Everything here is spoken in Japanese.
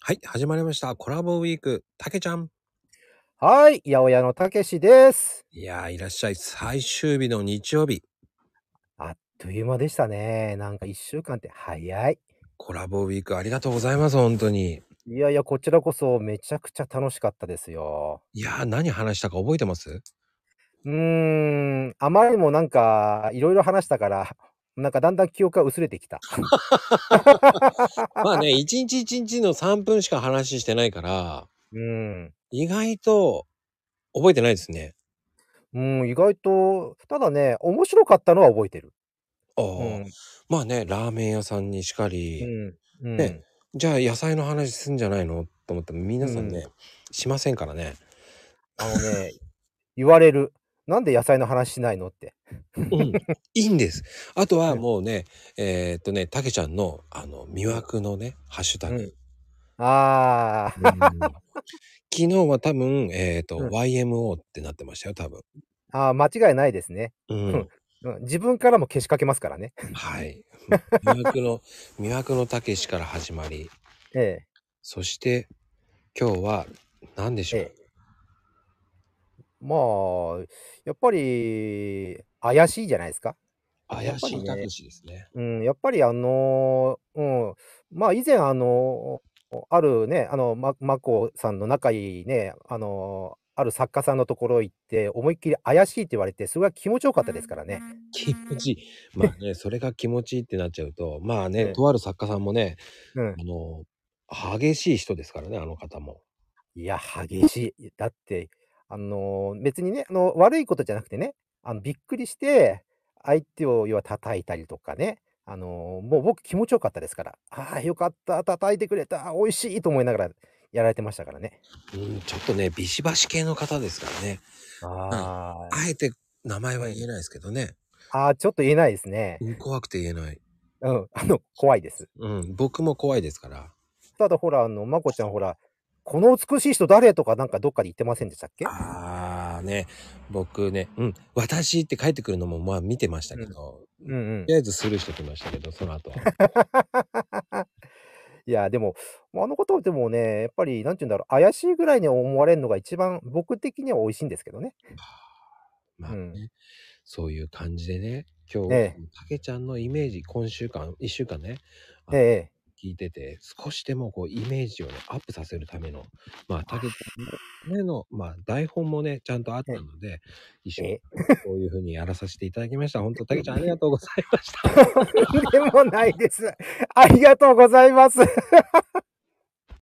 はい、始まりました。コラボウィーク、たけちゃん。はい、八百屋のたけしです。いやいらっしゃい。最終日の日曜日。あっという間でしたね。なんか1週間って早い。コラボウィークありがとうございます、本当に。いやいや、こちらこそめちゃくちゃ楽しかったですよ。いや、何話したか覚えてますうーん、あまりにもなんか、いろいろ話したから、なんかだんだん記憶が薄れてきた。まあね、一日一日の3分しか話してないから、うん。意外と覚えてないですね。うん、意外と、ただね、面白かったのは覚えてる。ああ、うん。まあね、ラーメン屋さんにしかうり、ん。うね、ん。じゃあ野菜の話すんじゃないのと思ったら皆うさんん。ね、しませんからね。あのね、言われる。なんで野菜の話しないのって。うん、いいんです。あとはうん。もうね、えーっとね、たけちゃんの、あの、魅うん。惑のね、ハッシュタうグ。ん。あうん、あ。昨日は多分、えーっと、うん。 YMO ってなってましたよ、多分。ああ、間違いないですね。う。うんん。うん自分からもけしかけますからね。はい。魅惑の、魅惑のたけしから始まり、ええ。そして今日は何でしょええ。まあ、やっぱり怪しいじゃないですか。う。や怪っぱしりいたけね、しですね。うん、やっぱりあのー、うん、まあ以前あのー、あるね、あの、ま、まこさんの仲いいね、あのー、ある作家さんのところ行って思いっきり怪しいって言われてそれは気持ちよかったですからね。気持ちいい。まあね、それが気持ちいいってなっちゃうと、まあね、ええとある作家さんもね、うん、あの、激しい人ですからね、あの方も。いや激しい。だってあのー別にねあの悪いことじゃなくてねあのびっくりして相手を要は叩いたりとかねあのーもう僕気持ちよかったですからああーよかった叩いてくれた美味しいと思いながらやられてましたからね。うん、ちょっとね、ビシバシ系の方ですからね。まあ、ああえて名前あ、はう言えん、ないですけどね。ああ、ちょっと言えないですね。うん怖くて言えない。うん、あの、怖いです。うん、僕も怖いですから。ただほら、あの、まこちゃんほら、この美しい人誰とかなんかどっかで言ってませんでしたっけああね、僕ね、うん、私って帰ってくるのもまあ見てましたうけん。ど、うんうんとうりん。あえずスルーしてきましたけど、その後 は。いや、でも、あの方でもね、やっぱり、なんて言うんだろう、怪しいぐらいに思われるのが一番僕的には美味しいんですけどね。まうあん。ね、そういう感じでね、今日はええ、たけちゃんのイメージ、今週間、1週間ね、あのええ。 聞いてて、少しでもこうイメージをね、アップさせるための、まあ、たけちあゃんのための、まあ、台本もね、ちゃんとあっえたので、一え。週え間、こういうふうにやらさせていただきました。本当、たけちゃんありがとうございました。えとんでもないです。ありがとうございます。